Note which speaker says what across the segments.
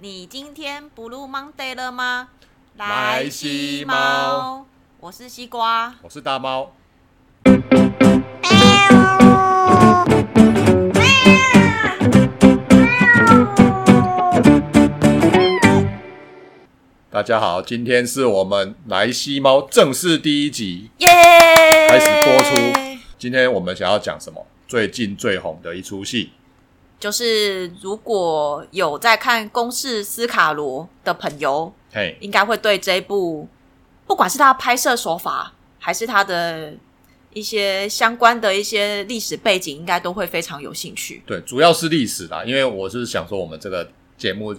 Speaker 1: 你今天 Blue Monday 了吗？
Speaker 2: 来西猫，
Speaker 1: 我是西瓜。
Speaker 2: 我是大猫，大家好，今天是我们来西猫正式第一集。
Speaker 1: 耶！
Speaker 2: 开
Speaker 1: 开
Speaker 2: 始播出。今天我们想要讲什么？最近最红的一出戏，
Speaker 1: 就是如果有在看《公式斯卡罗》的朋友，
Speaker 2: 嘿，
Speaker 1: 应该会对这一部，不管是它的拍摄手法，还是它的一些相关的一些历史背景，应该都会非常有兴趣。
Speaker 2: 对，主要是历史啦，因为我是想说我们这个节目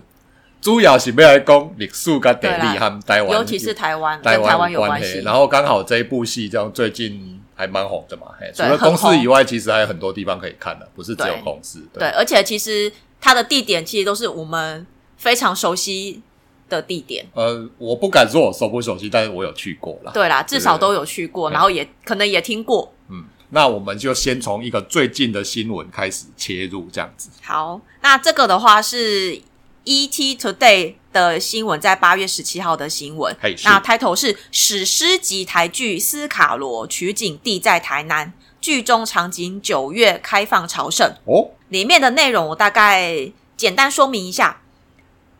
Speaker 2: 主要是要来讲历史跟地
Speaker 1: 对啦
Speaker 2: 理和台湾，
Speaker 1: 尤其是台湾，
Speaker 2: 台
Speaker 1: 跟台湾
Speaker 2: 湾
Speaker 1: 有关系。
Speaker 2: 然后刚好这一部戏这样最近还蛮红的嘛，嘿，除
Speaker 1: 对
Speaker 2: 了
Speaker 1: 很
Speaker 2: 公司
Speaker 1: 红
Speaker 2: 以外，其实还有很多地方可以看的，不是只有
Speaker 1: 对
Speaker 2: 公司。
Speaker 1: 对，，而且其实它的地点其实都是我们非常熟悉的地点。
Speaker 2: 呃，我不敢说我熟不熟悉，但是我有去过啦。
Speaker 1: 对啦，至少
Speaker 2: 对
Speaker 1: 都有去过，
Speaker 2: 嗯
Speaker 1: 然后也可能也听过。
Speaker 2: 嗯，那我们就先从一个最近的新闻开始切入，这样子。
Speaker 1: 好，那这个的话是 ET Today 的新闻，在八月十七号的新闻
Speaker 2: 嘿。是
Speaker 1: 那 title 是史诗级台剧《斯卡罗》，取景地在台南，剧中场景九月开放朝圣。
Speaker 2: 哦，
Speaker 1: 里面的内容我大概简单说明一下。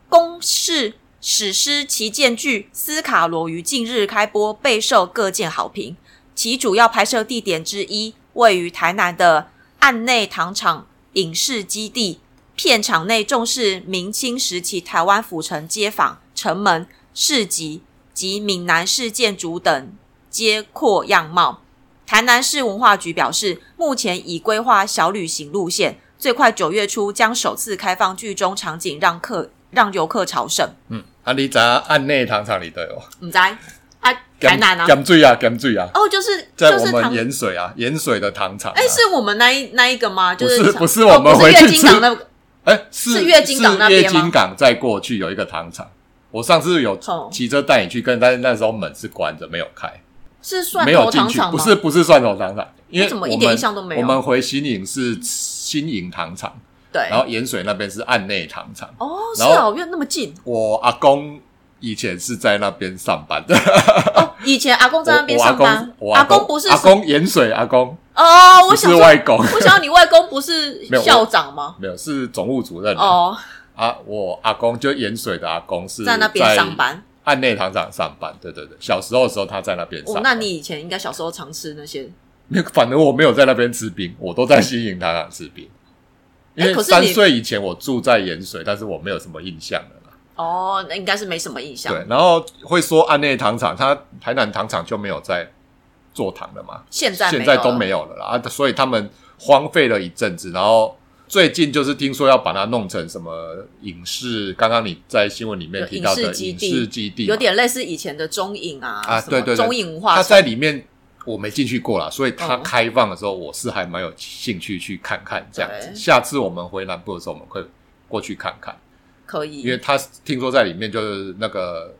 Speaker 1: 公式史诗旗舰剧《斯卡罗》于近日开播，备受各界好评。其主要拍摄地点之一位于台南的岸内糖厂影视基地，片场内重视明清时期台湾府城街坊、城门、市集及闽南式建筑等街廓样貌。台南市文化局表示，目前已规划小旅行路线，最快九月初将首次开放剧中场景让客让游客朝圣。
Speaker 2: 嗯，啊，你知道按内糖厂里的哦，
Speaker 1: 唔知啊，台南啊，
Speaker 2: 咸水啊，咸水啊，
Speaker 1: 哦，就是
Speaker 2: 在
Speaker 1: 就
Speaker 2: 我
Speaker 1: 是
Speaker 2: 们
Speaker 1: 糖，
Speaker 2: 盐水啊，盐水的糖厂、啊。
Speaker 1: 哎，是我们那一那一个吗？就
Speaker 2: 不是
Speaker 1: 长
Speaker 2: 不是
Speaker 1: 哦
Speaker 2: 我们
Speaker 1: 不是
Speaker 2: 回去
Speaker 1: 月经港
Speaker 2: 吃
Speaker 1: 的
Speaker 2: 哎，是
Speaker 1: 是月经港那边吗
Speaker 2: 是月经港再过去有一个糖厂，我上次有
Speaker 1: 哦
Speaker 2: 骑车带你去跟，但是那时候门是关着，没有开，
Speaker 1: 是蒜
Speaker 2: 没有
Speaker 1: 头
Speaker 2: 进
Speaker 1: 糖
Speaker 2: 去，
Speaker 1: 厂
Speaker 2: 不
Speaker 1: 吗？
Speaker 2: 是不是蒜头糖厂，因为
Speaker 1: 为什么
Speaker 2: 我
Speaker 1: 一
Speaker 2: 们
Speaker 1: 点印象都没有
Speaker 2: 我们回新营是新营糖厂，
Speaker 1: 对
Speaker 2: 然，后盐水那边是岸内糖厂。
Speaker 1: 哦，是
Speaker 2: 然
Speaker 1: 哦，
Speaker 2: 后
Speaker 1: 因为那么近
Speaker 2: 我阿公以前是在那边上班的，
Speaker 1: 哦。以前阿公在那边
Speaker 2: 我
Speaker 1: 上班，
Speaker 2: 我阿公我
Speaker 1: 不是
Speaker 2: 阿公盐水阿公，
Speaker 1: 哦，我
Speaker 2: 不
Speaker 1: 想
Speaker 2: 是
Speaker 1: 说，
Speaker 2: 外公，
Speaker 1: 我想你外公不是
Speaker 2: 没有我
Speaker 1: 校长吗？
Speaker 2: 没有是总务主任啊
Speaker 1: 哦，
Speaker 2: 啊，我阿公就盐水的阿公是
Speaker 1: 在那边上，班。
Speaker 2: 按内糖厂上班。对对对，小时候的时候他在那边上
Speaker 1: 哦，
Speaker 2: 班。
Speaker 1: 那你以前应该小时候常吃那些，
Speaker 2: 没有， 反而我没有在那边吃冰，我都在新营糖厂吃冰。因
Speaker 1: 哎
Speaker 2: 为
Speaker 1: 可是
Speaker 2: 三
Speaker 1: 你
Speaker 2: 岁以前我住在盐水，但是我没有什么印象了啦。
Speaker 1: 哦，那应该是没什么印象。
Speaker 2: 对，然后会说按内糖厂，他台南糖厂就没有在做糖了嘛，
Speaker 1: 现在没
Speaker 2: 现
Speaker 1: 有
Speaker 2: 在都
Speaker 1: 了
Speaker 2: 没有了啦，啊，所以他们荒废了一阵子，然后最近就是听说要把它弄成什么影视，刚刚你在新闻里面
Speaker 1: 有
Speaker 2: 提到的
Speaker 1: 影视基
Speaker 2: 影
Speaker 1: 地
Speaker 2: 视基地嘛，
Speaker 1: 有点类似以前的中影啊，
Speaker 2: 啊，
Speaker 1: 什么
Speaker 2: 对对对，
Speaker 1: 中影文化
Speaker 2: 它
Speaker 1: 城，
Speaker 2: 在里面我没进去过啦，所以它
Speaker 1: 嗯
Speaker 2: 开放的时候，我是还蛮有兴趣去看看这样子。
Speaker 1: 对
Speaker 2: 下次我们回南部的时候，我们会过去看看，
Speaker 1: 可以，
Speaker 2: 因为他听说在里面就是那个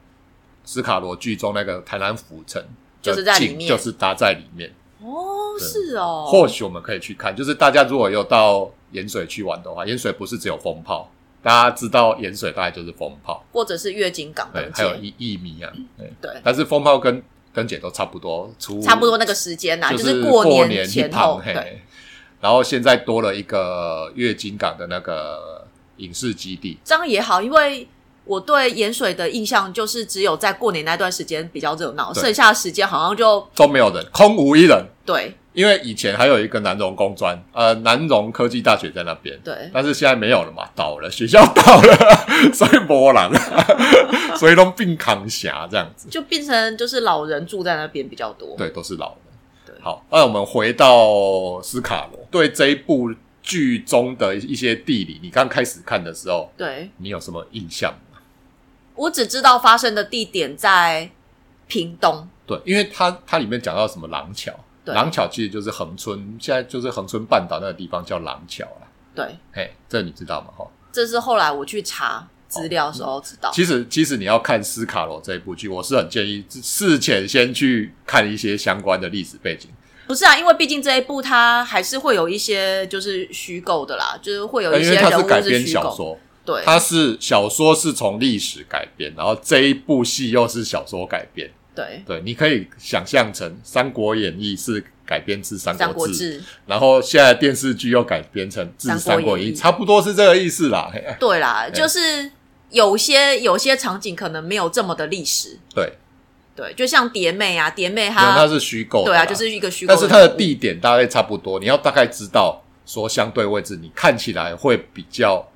Speaker 2: 斯卡罗剧中那个台南府城的
Speaker 1: 就是在里
Speaker 2: 景
Speaker 1: 面
Speaker 2: 就是搭在里面。
Speaker 1: 哦，
Speaker 2: 对
Speaker 1: 是哦，
Speaker 2: 或许我们可以去看，就是大家如果有到盐水去玩的话，盐水不是只有风炮。大家知道盐水大概就是风炮，
Speaker 1: 或者是月经港
Speaker 2: 对
Speaker 1: 灯，
Speaker 2: 还有
Speaker 1: 节，
Speaker 2: 一一米啊，对。
Speaker 1: 对，
Speaker 2: 但是风炮跟跟姐都差不多，除
Speaker 1: 差不多那个时间啊呐，
Speaker 2: 就是过
Speaker 1: 年
Speaker 2: 去
Speaker 1: 前
Speaker 2: 旁
Speaker 1: 后，
Speaker 2: 嘿
Speaker 1: 对，
Speaker 2: 然后现在多了一个月经港的那个影视基地，
Speaker 1: 这样也好，因为。我对盐水的印象就是只有在过年那段时间比较热闹，
Speaker 2: 对
Speaker 1: 剩下的时间好像就
Speaker 2: 都没有人，空无一人。
Speaker 1: 对
Speaker 2: 因为以前还有一个南荣工专，呃，南荣科技大学在那边，
Speaker 1: 对
Speaker 2: 但是现在没有了嘛，倒了，学校倒了，所以波兰， 所以都病扛侠这样子，
Speaker 1: 就变成就是老人住在那边比较多。
Speaker 2: 对，都是老人。
Speaker 1: 对
Speaker 2: 好，那我们回到斯卡罗，对这一部剧中的一些地理，你刚开始看的时候，
Speaker 1: 对，
Speaker 2: 你有什么印象吗？
Speaker 1: 我只知道发生的地点在屏东，
Speaker 2: 对，因为它它里面讲到什么廊桥，
Speaker 1: 对
Speaker 2: 廊桥其实就是恒春，现在就是恒春半岛那个地方叫廊桥啦。
Speaker 1: 对，
Speaker 2: 嘿，这你知道吗？哈，
Speaker 1: 这是后来我去查资料的时候知道。
Speaker 2: 哦其实其实你要看《斯卡罗》这一部剧，我是很建议事前先去看一些相关的历史背景。
Speaker 1: 不是啊，因为毕竟这一部它还是会有一些就是虚构的啦，就是会有一
Speaker 2: 呃因
Speaker 1: 些
Speaker 2: 为它
Speaker 1: 人
Speaker 2: 是
Speaker 1: 物
Speaker 2: 改编
Speaker 1: 虚
Speaker 2: 小
Speaker 1: 构。
Speaker 2: 说，
Speaker 1: 对，
Speaker 2: 它是小说是从历史改编，然后这一部戏又是小说改编。
Speaker 1: 对
Speaker 2: 对，你可以想象成《三国演义》是改编自《三
Speaker 1: 《三
Speaker 2: 国
Speaker 1: 国
Speaker 2: 志》
Speaker 1: 志》
Speaker 2: 然后现在电视剧又改编成自《
Speaker 1: 三国
Speaker 2: 三国演义
Speaker 1: 演义》，
Speaker 2: 差不多是这个意思啦。 嘿
Speaker 1: 对
Speaker 2: 哎
Speaker 1: 啦，就是有些有些场景可能没有这么的历史，
Speaker 2: 对，
Speaker 1: 对，就像蝶妹啊，蝶妹
Speaker 2: 因为它
Speaker 1: 她
Speaker 2: 是虚构的
Speaker 1: 对
Speaker 2: 啦，
Speaker 1: 啊，就是一个虚构
Speaker 2: 但
Speaker 1: 人物，
Speaker 2: 是它的地点大概差不多，你要大概知道说相对位置，你看起来会比较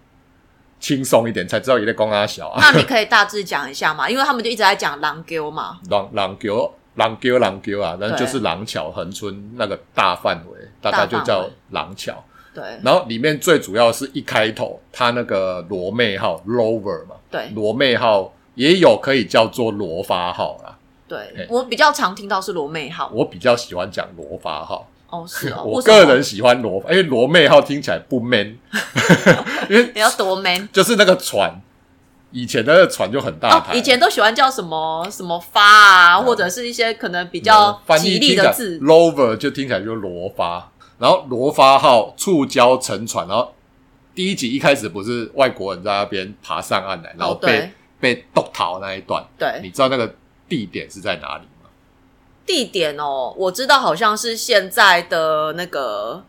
Speaker 2: 轻松一点，才知道你在攻阿小啊。
Speaker 1: 那你可以大致讲一下嘛，因为他们就一直在讲狼丢嘛，
Speaker 2: 狼狼球，狼球，狼球啊，那
Speaker 1: 对
Speaker 2: 就是廊桥横村那个大范围，大概
Speaker 1: 大
Speaker 2: 就
Speaker 1: 范围
Speaker 2: 叫廊桥。
Speaker 1: 对
Speaker 2: 然后里面最主要是一开头，它那个罗妹号 （Rover） 嘛，
Speaker 1: 对
Speaker 2: 罗妹号也有可以叫做罗发号啦。
Speaker 1: 对
Speaker 2: 嘿，
Speaker 1: 我比较常听到是罗妹号，
Speaker 2: 我比较喜欢讲罗发号，
Speaker 1: 哦是 哦，
Speaker 2: 我
Speaker 1: 为什么
Speaker 2: 个人喜欢罗发，因为罗妹号听起来不 man，
Speaker 1: 你要多 man
Speaker 2: 就是那个船，以前那个船就很大
Speaker 1: 哦，
Speaker 2: 台，
Speaker 1: 以前都喜欢叫什么什么发啊，
Speaker 2: 嗯
Speaker 1: 或者是一些可能比
Speaker 2: 比
Speaker 1: 较吉利的字，
Speaker 2: ，Rover 就嗯听起来就罗发，然后罗发号触礁沉船，然后第一集一开始不是外国人在那边爬上岸来，然后
Speaker 1: 哦
Speaker 2: 被、
Speaker 1: 对
Speaker 2: 被冻逃那一段，你
Speaker 1: 对，
Speaker 2: 知道那个地点是在哪里吗？
Speaker 1: 地点哦，我知道好像是现在的那个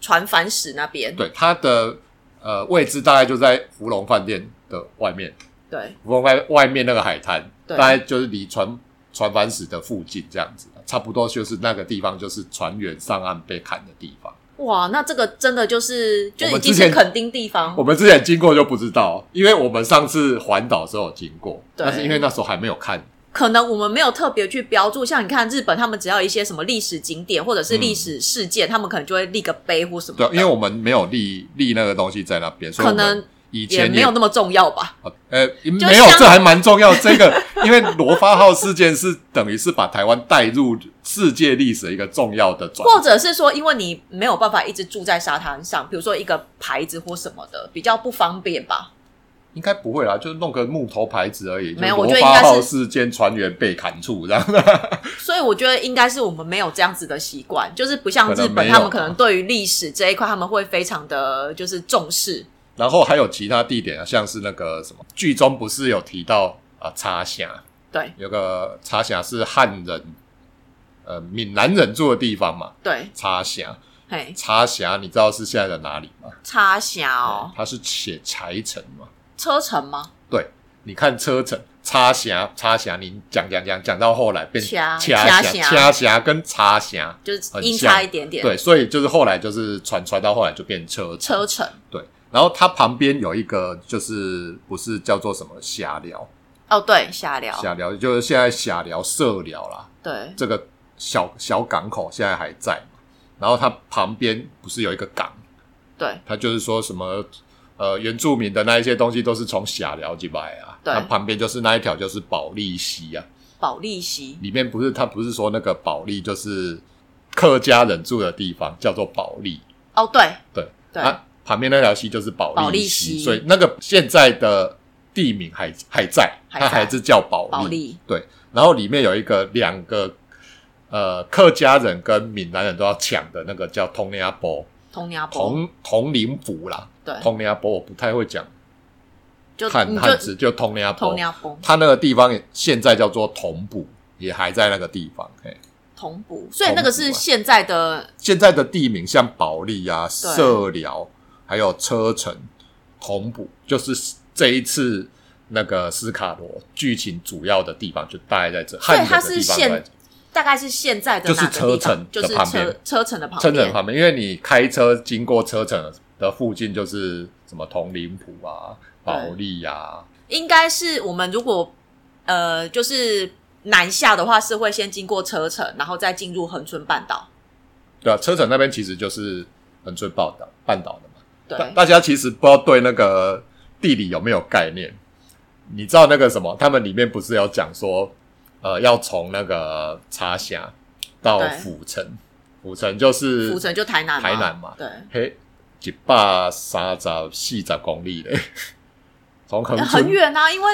Speaker 1: 船帆室那边，
Speaker 2: 对，它的呃位置大概就在芙蓉饭店的外面，
Speaker 1: 对
Speaker 2: 芙蓉外外面那个海滩，
Speaker 1: 对
Speaker 2: 大概就是离船船帆室的附近这样子，差不多就是那个地方就是船员上岸被砍的地方。
Speaker 1: 哇，那这个真的就是就
Speaker 2: 我
Speaker 1: 已
Speaker 2: 们
Speaker 1: 经
Speaker 2: 之
Speaker 1: 是
Speaker 2: 前
Speaker 1: 垦丁地方
Speaker 2: 我，们之前经过就不知道，因为我们上次环岛的时候有经过，
Speaker 1: 对
Speaker 2: 但是因为那时候还没有看，
Speaker 1: 可能我们没有特别去标注，像你看日本，他们只要一些什么历史景点或者是历史事件，他们可能就会立个碑或什么
Speaker 2: 对
Speaker 1: 的，
Speaker 2: 啊，因为我们没有立立那个东西在那边，所以
Speaker 1: 可能
Speaker 2: 我们以
Speaker 1: 也
Speaker 2: 前
Speaker 1: 没有那么重要吧。
Speaker 2: 呃
Speaker 1: 像
Speaker 2: 没有，这还蛮重要。这个 因为罗发号事件是等于是把台湾带入世界历史的一个重要的转
Speaker 1: 或者是说，因为你没有办法一直住在沙滩上，比如说一个牌子或什么的，比较不方便吧？
Speaker 2: 应该不会啦，就是弄个木头牌子而已。
Speaker 1: 没有
Speaker 2: 就
Speaker 1: 我
Speaker 2: 是
Speaker 1: 觉得
Speaker 2: 罗发
Speaker 1: 应该
Speaker 2: 号
Speaker 1: 是
Speaker 2: 事件船员被砍处这样。
Speaker 1: 所以我觉得应该是我们没有这样子的习惯，就是不像日
Speaker 2: 可能
Speaker 1: 本，
Speaker 2: 没有
Speaker 1: 他们可能对于历史这一块他们会非常的就是重视。
Speaker 2: 然后还有其他地点啊，像是那个什么，剧中不是有提到啊茶峡，
Speaker 1: 对
Speaker 2: 有个茶峡是汉人，呃闽南人住的地方嘛。
Speaker 1: 对，
Speaker 2: 茶峡，
Speaker 1: 嘿，
Speaker 2: 茶峡，你知道是现在的哪里吗？
Speaker 1: 插辖哦，
Speaker 2: 它是写柴城嘛。
Speaker 1: 车程吗？
Speaker 2: 对，你看车城、茶峡、茶峡，啊你讲讲讲讲到后来变
Speaker 1: 掐
Speaker 2: 掐
Speaker 1: 掐
Speaker 2: 峡、
Speaker 1: 峡
Speaker 2: 掐峡跟茶峡，
Speaker 1: 就是
Speaker 2: 很
Speaker 1: 音
Speaker 2: 像
Speaker 1: 差一点点。
Speaker 2: 对，所以就是后来就是传传到后来就变车城。
Speaker 1: 车程
Speaker 2: 对，然后它旁边有一个就是不是叫做什么峡寮，
Speaker 1: 哦，对，下聊，
Speaker 2: 峡寮就是现在峡寮社寮啦，
Speaker 1: 对
Speaker 2: 这个小小港口现在还在嘛。然后它旁边不是有一个港，
Speaker 1: 对
Speaker 2: 它就是说什么呃原住民的那一些东西都是从峡寮进来啊，
Speaker 1: 对
Speaker 2: 它旁边就是那一条就是保利溪啊，
Speaker 1: 保利溪，
Speaker 2: 里面不是它不是说那个保利就是客家人住的地方叫做保利，
Speaker 1: 哦，对
Speaker 2: 对，
Speaker 1: 对、
Speaker 2: 啊，旁边那条溪就是保
Speaker 1: 保
Speaker 2: 利
Speaker 1: 利
Speaker 2: 溪，
Speaker 1: 溪
Speaker 2: 所以那个现在的地名还还在，
Speaker 1: 还
Speaker 2: 它
Speaker 1: 在
Speaker 2: 还是叫保利。
Speaker 1: 保利，
Speaker 2: 对，然后里面有一个两个呃客家人跟闽南人都要抢的那个叫通尼阿
Speaker 1: 哦
Speaker 2: 波
Speaker 1: 通尼阿波，
Speaker 2: 同同林府啦，
Speaker 1: 对，
Speaker 2: 通尼阿波我不太会讲
Speaker 1: 哎就
Speaker 2: 汉
Speaker 1: 你就
Speaker 2: 汉字，就通尼阿波
Speaker 1: 通尼，阿波
Speaker 2: 它那个地方也现在叫做同埔，也还在那个地方，嘿。
Speaker 1: 同步，所以那个
Speaker 2: 同
Speaker 1: 是
Speaker 2: 步啊
Speaker 1: 现在的
Speaker 2: 现在的地名像保利啊、社寮，还有车城、同埔，就是这一次那个斯卡罗剧情主要的地方就大概在这，
Speaker 1: 所以
Speaker 2: 汉人
Speaker 1: 它
Speaker 2: 的
Speaker 1: 是
Speaker 2: 地方
Speaker 1: 现
Speaker 2: 在这
Speaker 1: 大概是现在的
Speaker 2: 就是
Speaker 1: 哪个地
Speaker 2: 车程
Speaker 1: 方就
Speaker 2: 的
Speaker 1: 是
Speaker 2: 旁
Speaker 1: 车
Speaker 2: 边
Speaker 1: 车程的旁
Speaker 2: 车城
Speaker 1: 边，
Speaker 2: 旁边，因为你开车经过车城的附近就是什么铜陵埔啊、保利啊，
Speaker 1: 应该是我们如果呃就是南下的话，是会先经过车程，然后再进入恒春半岛。
Speaker 2: 对啊，车城那边其实就是横村半岛半岛的嘛。
Speaker 1: 对
Speaker 2: 大大家其实不知道对那个地理有没有概念？你知道那个什么？他们里面不是有讲说，呃，要从那个茶峡到
Speaker 1: 对
Speaker 2: 府城，府城就是
Speaker 1: 府城就台南嘛，
Speaker 2: 台南嘛
Speaker 1: 对，
Speaker 2: 嘿，一百三十四十公里嘞， 从横
Speaker 1: 呃
Speaker 2: 村
Speaker 1: 很，远啊，因为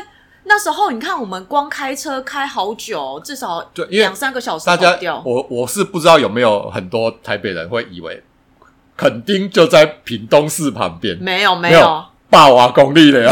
Speaker 1: 那时候你看我们光开车开好久，至少
Speaker 2: 对，因为
Speaker 1: 两三个小时
Speaker 2: 大
Speaker 1: 跑
Speaker 2: 家
Speaker 1: 掉。
Speaker 2: 我我是不知道有没有很多台北人会以为垦丁就在屏东市旁边，
Speaker 1: 没有没
Speaker 2: 没有霸王公立了，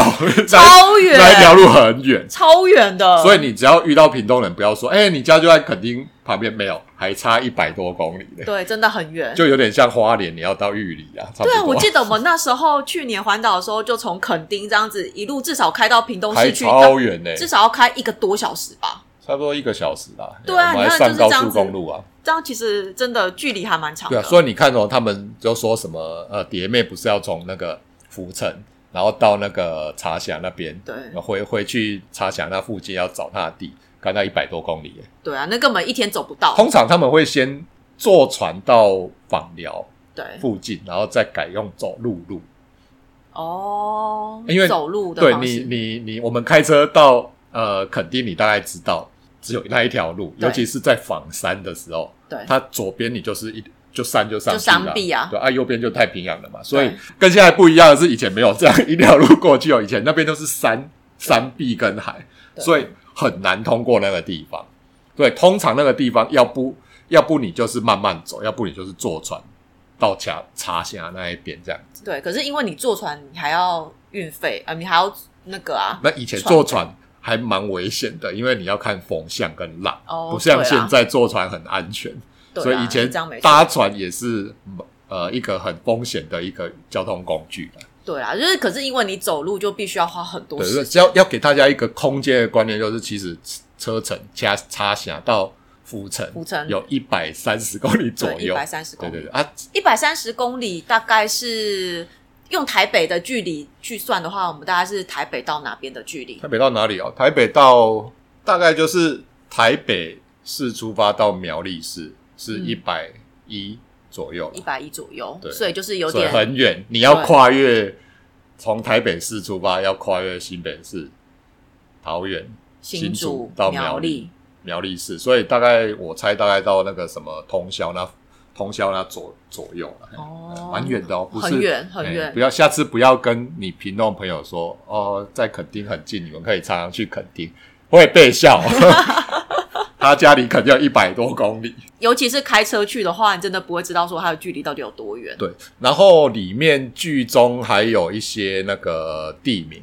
Speaker 1: 超远
Speaker 2: 哦 那一条路很远，
Speaker 1: 超远的，
Speaker 2: 所以你只要遇到屏东人，不要说，哎、你家就在垦丁旁边，没有，还差一百多公里呢，
Speaker 1: 对，真的很远。
Speaker 2: 就有点像花莲，你要到玉里啊，差不多。
Speaker 1: 对啊，我记得我们那时候去年环岛的时候，就从垦丁这样子一路至少开到屏东
Speaker 2: 还
Speaker 1: 市区，
Speaker 2: 超远呢、
Speaker 1: 至少要开一个多小时吧。
Speaker 2: 差不多一个小时啦。
Speaker 1: 对啊
Speaker 2: 我们还
Speaker 1: 你看
Speaker 2: 上
Speaker 1: 就是
Speaker 2: 高
Speaker 1: 这样
Speaker 2: 速
Speaker 1: 子
Speaker 2: 公路啊。
Speaker 1: 这样其实真的距离还蛮长
Speaker 2: 对
Speaker 1: 的。
Speaker 2: 啊，所以你看哦，他们就说什么呃，蝶妹不是要从那个浮城，然后到那个茶峡那边，
Speaker 1: 对
Speaker 2: 回回去茶峡那附近要找他的地，看到一百多公里耶。
Speaker 1: 对啊，那根本一天走不到。
Speaker 2: 通常他们会先坐船到访寮
Speaker 1: 对，
Speaker 2: 附近，然后再改用走陆路。
Speaker 1: 哦，
Speaker 2: 因为
Speaker 1: 走路的
Speaker 2: 对
Speaker 1: 方
Speaker 2: 你，
Speaker 1: 式
Speaker 2: 你你，我们开车到呃垦丁，你大概知道只有那一条路，
Speaker 1: 对
Speaker 2: 尤其是在访山的时候，
Speaker 1: 对
Speaker 2: 它左边你就是一就山就上去
Speaker 1: 就山
Speaker 2: 了
Speaker 1: 壁啊
Speaker 2: 对啊，右边就太平洋了嘛，所以
Speaker 1: 对
Speaker 2: 跟现在不一样的是，以前没有这样 一条路过去哦，以前那边都是山山壁跟海，
Speaker 1: 对
Speaker 2: 所以很难通过那个地方。对，通常那个地方要不要不你就是慢慢走，要不你就是坐船到茶茶峡那一边这样。
Speaker 1: 对，可是因为你坐船，你还要运费啊、你还要那个啊，
Speaker 2: 那以前坐船还蛮危险的，因为你要看风向跟浪，
Speaker 1: 哦
Speaker 2: 不像
Speaker 1: 对啊
Speaker 2: 现在坐船很安全。
Speaker 1: 对啊
Speaker 2: 所以以前
Speaker 1: 是这样没错
Speaker 2: 搭船也是呃一个很风险的一个交通工具啦
Speaker 1: 对啊，就是可是因为你走路就必须要花很多
Speaker 2: 对，
Speaker 1: 时
Speaker 2: 是
Speaker 1: 间，
Speaker 2: 要要给大家一个空间的观念，就是其实车程掐插峡到浮城，
Speaker 1: 浮城
Speaker 2: 有一百三十公里左
Speaker 1: 一
Speaker 2: 右
Speaker 1: 百。三十
Speaker 2: 对
Speaker 1: 公
Speaker 2: 对
Speaker 1: 里
Speaker 2: 对，啊，
Speaker 1: 一百三十公里大概是用台北的距离去算的话，我们大概是台北到哪边的距离
Speaker 2: 台？北到哪里哦？台北到大概就是台北市出发到苗栗市是
Speaker 1: 嗯
Speaker 2: 一百一左右啦
Speaker 1: 一百一左右
Speaker 2: 对，
Speaker 1: 所以就是有
Speaker 2: 所以
Speaker 1: 点
Speaker 2: 很远，你要跨越从台北市出发，要跨越新北市、桃园、新
Speaker 1: 竹
Speaker 2: 竹到
Speaker 1: 苗
Speaker 2: 苗栗，苗栗市，所以大概我猜大概到那个什么通宵那通宵那左左右了。
Speaker 1: 哦，
Speaker 2: 哎蛮远的哦，不是
Speaker 1: 很远很
Speaker 2: 哎
Speaker 1: 远
Speaker 2: 不要下次不要跟你评论朋友说哦，在垦丁很近，你们可以常常去垦丁，会被笑。 他家离肯定有一百多公里，
Speaker 1: 尤其是开车去的话，你真的不会知道说它的距离到底有多远。
Speaker 2: 对，然后里面剧中还有一些那个地名，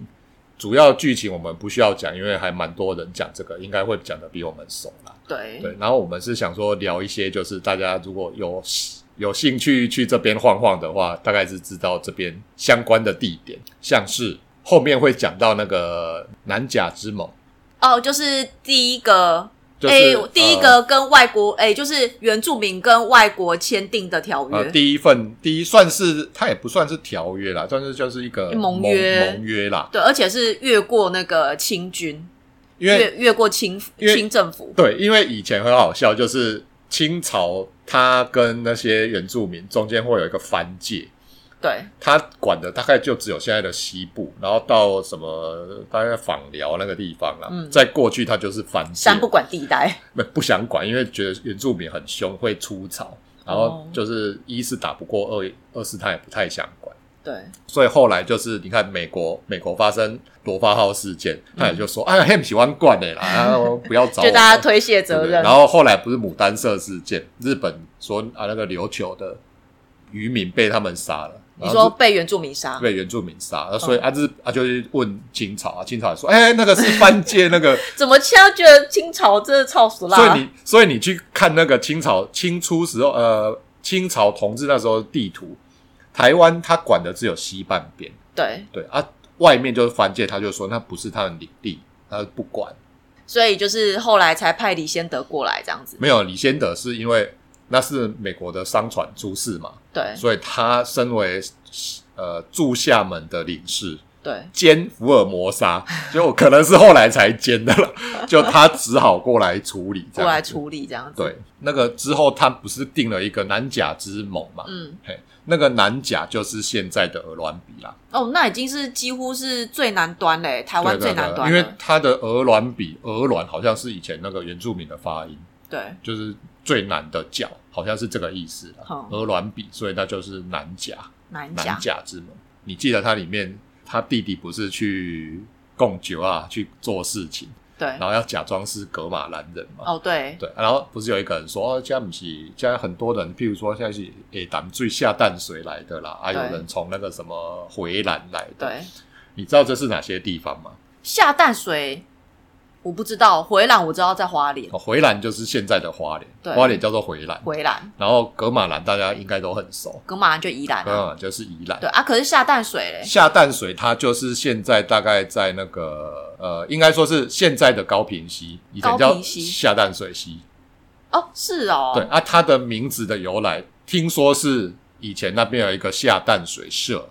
Speaker 2: 主要剧情我们不需要讲，因为还蛮多人讲这个，应该会讲的比我们熟啦。
Speaker 1: 对
Speaker 2: 对，然后我们是想说聊一些，就是大家如果有有兴趣去这边晃晃的话，大概是知道这边相关的地点，像是后面会讲到那个南甲之盟，
Speaker 1: 哦，就是第一个。
Speaker 2: 就是
Speaker 1: 诶第一
Speaker 2: 呃
Speaker 1: 个跟外国诶、就是原住民跟外国签订的条约，
Speaker 2: 呃，第一份第一算是它也不算是条约啦，算是就是一个
Speaker 1: 盟约
Speaker 2: 盟约啦，
Speaker 1: 对，而且是越过那个清军，
Speaker 2: 因为
Speaker 1: 越越过清
Speaker 2: 因为
Speaker 1: 清政府，
Speaker 2: 对，因为以前很好笑，就是清朝他跟那些原住民中间会有一个藩界，
Speaker 1: 对
Speaker 2: 他管的大概就只有现在的西部，然后到什么大概访寮那个地方啦。
Speaker 1: 嗯
Speaker 2: 再过去他就是藩界，
Speaker 1: 山不管地带，
Speaker 2: 不不想管，因为觉得原住民很凶，会出草，然后
Speaker 1: 哦
Speaker 2: 就是一是打不过，二二是他也不太想管。
Speaker 1: 对
Speaker 2: 所以后来就是你看美国，美国发生罗发号事件，他也就说：“哎呀，很喜欢 惯的啦，啊不要找我。”
Speaker 1: 嗯就大家推卸
Speaker 2: 对
Speaker 1: 责
Speaker 2: 不对
Speaker 1: 任，
Speaker 2: 然后后来不是牡丹社事件，日本说啊那个琉球的渔民被他们杀了，
Speaker 1: 你
Speaker 2: 然后
Speaker 1: 说被原住民杀
Speaker 2: 日，被原住民杀，那所以啊日啊就是问清朝啊，清朝也说哎、那个是犯界那 个，
Speaker 1: 怎么现在觉得清朝真的超俗啦？
Speaker 2: 所以你所以你去看那个清朝清初时候呃清朝同治那时候的地图，台湾他管的只有西半边，
Speaker 1: 对，
Speaker 2: 对啊外面就是藩界，他就说那不是他的领地，他不管。
Speaker 1: 所以就是后来才派李先德过来这样子，
Speaker 2: 没有李先德是因为那是美国的商船出事嘛，
Speaker 1: 对
Speaker 2: 所以他身为呃驻厦门的领事
Speaker 1: 对
Speaker 2: 兼福尔摩沙，就可能是后来才兼的了， 就他只好过来处理这
Speaker 1: 过
Speaker 2: 样
Speaker 1: 来
Speaker 2: 子。
Speaker 1: 处理这样子，
Speaker 2: 对，那个之后他不是定了一个南甲之盟嘛？
Speaker 1: 嗯，
Speaker 2: 嘿，那个南甲就是现在的鹅銮比啦，
Speaker 1: 哦，那已经是几乎是最南端嘞，台湾
Speaker 2: 对
Speaker 1: 最
Speaker 2: 对
Speaker 1: 南
Speaker 2: 对，
Speaker 1: 端
Speaker 2: 因为
Speaker 1: 了，
Speaker 2: 它的鹅銮比，鹅銮好像是以前那个原住民的发音，
Speaker 1: 对
Speaker 2: 就是最难的角，好像是这个意思啦
Speaker 1: 好。
Speaker 2: 鹅銮比，所以那就是南甲。
Speaker 1: 南
Speaker 2: 南
Speaker 1: 甲，
Speaker 2: 甲之盟。你记得它里面，他弟弟不是去供酒啊，去做事情，
Speaker 1: 对
Speaker 2: 然，后要假装是格马兰人嘛。
Speaker 1: 哦对
Speaker 2: 对，然后不是有一个人说，哦，现在不是，现在很多人，譬如说现在是诶，咱们最下淡水来的啦，啊，有
Speaker 1: 对
Speaker 2: 人从那个什么回兰来的，
Speaker 1: 对
Speaker 2: 你知道这是哪些地方吗？
Speaker 1: 下淡水我不知道，回兰我知道在花莲，
Speaker 2: 哦回兰就是现在的花
Speaker 1: 对
Speaker 2: 莲，花莲叫做回兰，
Speaker 1: 回兰、
Speaker 2: 然后格马兰大家应该都很熟，
Speaker 1: 格马兰就宜兰
Speaker 2: 格
Speaker 1: 啊，
Speaker 2: 马兰就是宜兰。
Speaker 1: 对啊，可是下淡水嘞，
Speaker 2: 下淡水它就是现在大概在那个呃，应该说是现在的高平溪，以前
Speaker 1: 高
Speaker 2: 叫
Speaker 1: 屏溪
Speaker 2: 下淡水溪。
Speaker 1: 哦，是哦，
Speaker 2: 对，啊，它的名字的由来，听说是以前那边有一个下淡水社，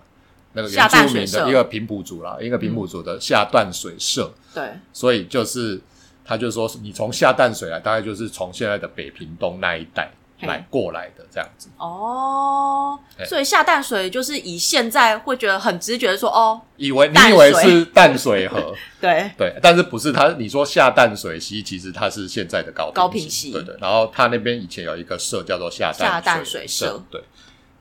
Speaker 2: 那个
Speaker 1: 下
Speaker 2: 原
Speaker 1: 淡
Speaker 2: 住
Speaker 1: 水
Speaker 2: 民
Speaker 1: 社
Speaker 2: 的一个平埔族啦，一个平埔族的下淡水社，
Speaker 1: 对
Speaker 2: 所以就是他就说是你从下淡水来，大概就是从现在的北屏东那一带
Speaker 1: 嘿
Speaker 2: 来过来的这样子。
Speaker 1: 哦，
Speaker 2: 哎
Speaker 1: 所以下淡水就是以现在会觉得很直觉的说，哦，
Speaker 2: 以为你
Speaker 1: 淡
Speaker 2: 以为
Speaker 1: 水
Speaker 2: 是淡水河，
Speaker 1: 对，
Speaker 2: 对，但是不是它？你说下淡水溪，其实它是现在的高
Speaker 1: 高
Speaker 2: 平
Speaker 1: 屏溪
Speaker 2: 对对。然后它那边以前有一个社叫做下
Speaker 1: 下淡水
Speaker 2: 水
Speaker 1: 社，
Speaker 2: 对，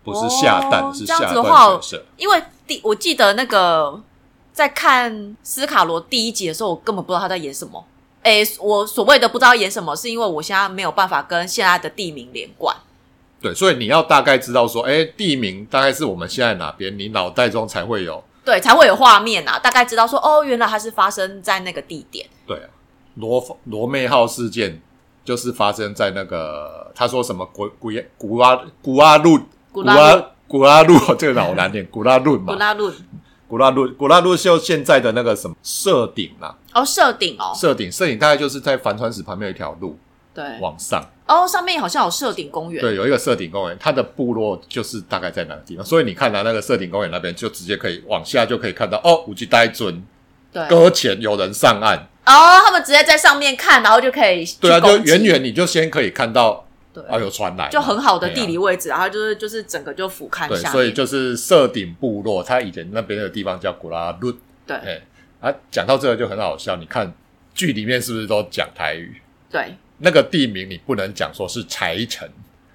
Speaker 2: 不是下淡，
Speaker 1: 哦
Speaker 2: 是
Speaker 1: 这样
Speaker 2: 下
Speaker 1: 子
Speaker 2: 淡
Speaker 1: 的话
Speaker 2: 水社。
Speaker 1: 因为第我记得那个在看斯卡罗第一集的时候，我根本不知道他在演什么。诶，我所谓的不知道演什么，是因为我现在没有办法跟现在的地名连贯。
Speaker 2: 对，所以你要大概知道说，哎，地名大概是我们现在哪边，你脑袋中才会有。
Speaker 1: 对，才会有画面啊，大概知道说哦，原来它是发生在那个地点。
Speaker 2: 对啊，罗罗妹号事件就是发生在那个他说什么古古古阿古阿路
Speaker 1: 古拉
Speaker 2: 阿古阿路， 这个好难念，古拉路
Speaker 1: 古
Speaker 2: 嘛，
Speaker 1: 拉路
Speaker 2: 古拉路古拉路就现在的那个什么社啊顶啦、
Speaker 1: 哦，设顶哦，
Speaker 2: 社顶，社顶大概就是在帆船石旁边有一条路
Speaker 1: 对，
Speaker 2: 往上，
Speaker 1: 哦，上面好像有设顶公园，
Speaker 2: 对，有一个社顶公园，它的部落就是大概在那个地方，所以你看到、那个社顶公园那边，就直接可以往下就可以看到哦，五级呆准
Speaker 1: 对，哦，
Speaker 2: 搁浅有人上岸，
Speaker 1: 他们直接在上面看，然后就可以去
Speaker 2: 对啊，就
Speaker 1: 攻击
Speaker 2: 远，远你就先可以看到
Speaker 1: 对，
Speaker 2: 啊有船来，
Speaker 1: 就很好的地
Speaker 2: 对
Speaker 1: 理
Speaker 2: 啊。
Speaker 1: 位置，然后就是就是整个就俯瞰
Speaker 2: 对，
Speaker 1: 下面，
Speaker 2: 所以就是社顶部落，它以前那边的地方叫古拉路，
Speaker 1: 对
Speaker 2: 哎，啊，讲到这个就很好笑，你看剧里面是不是都讲台语？
Speaker 1: 对，
Speaker 2: 那个地名你不能讲说是柴城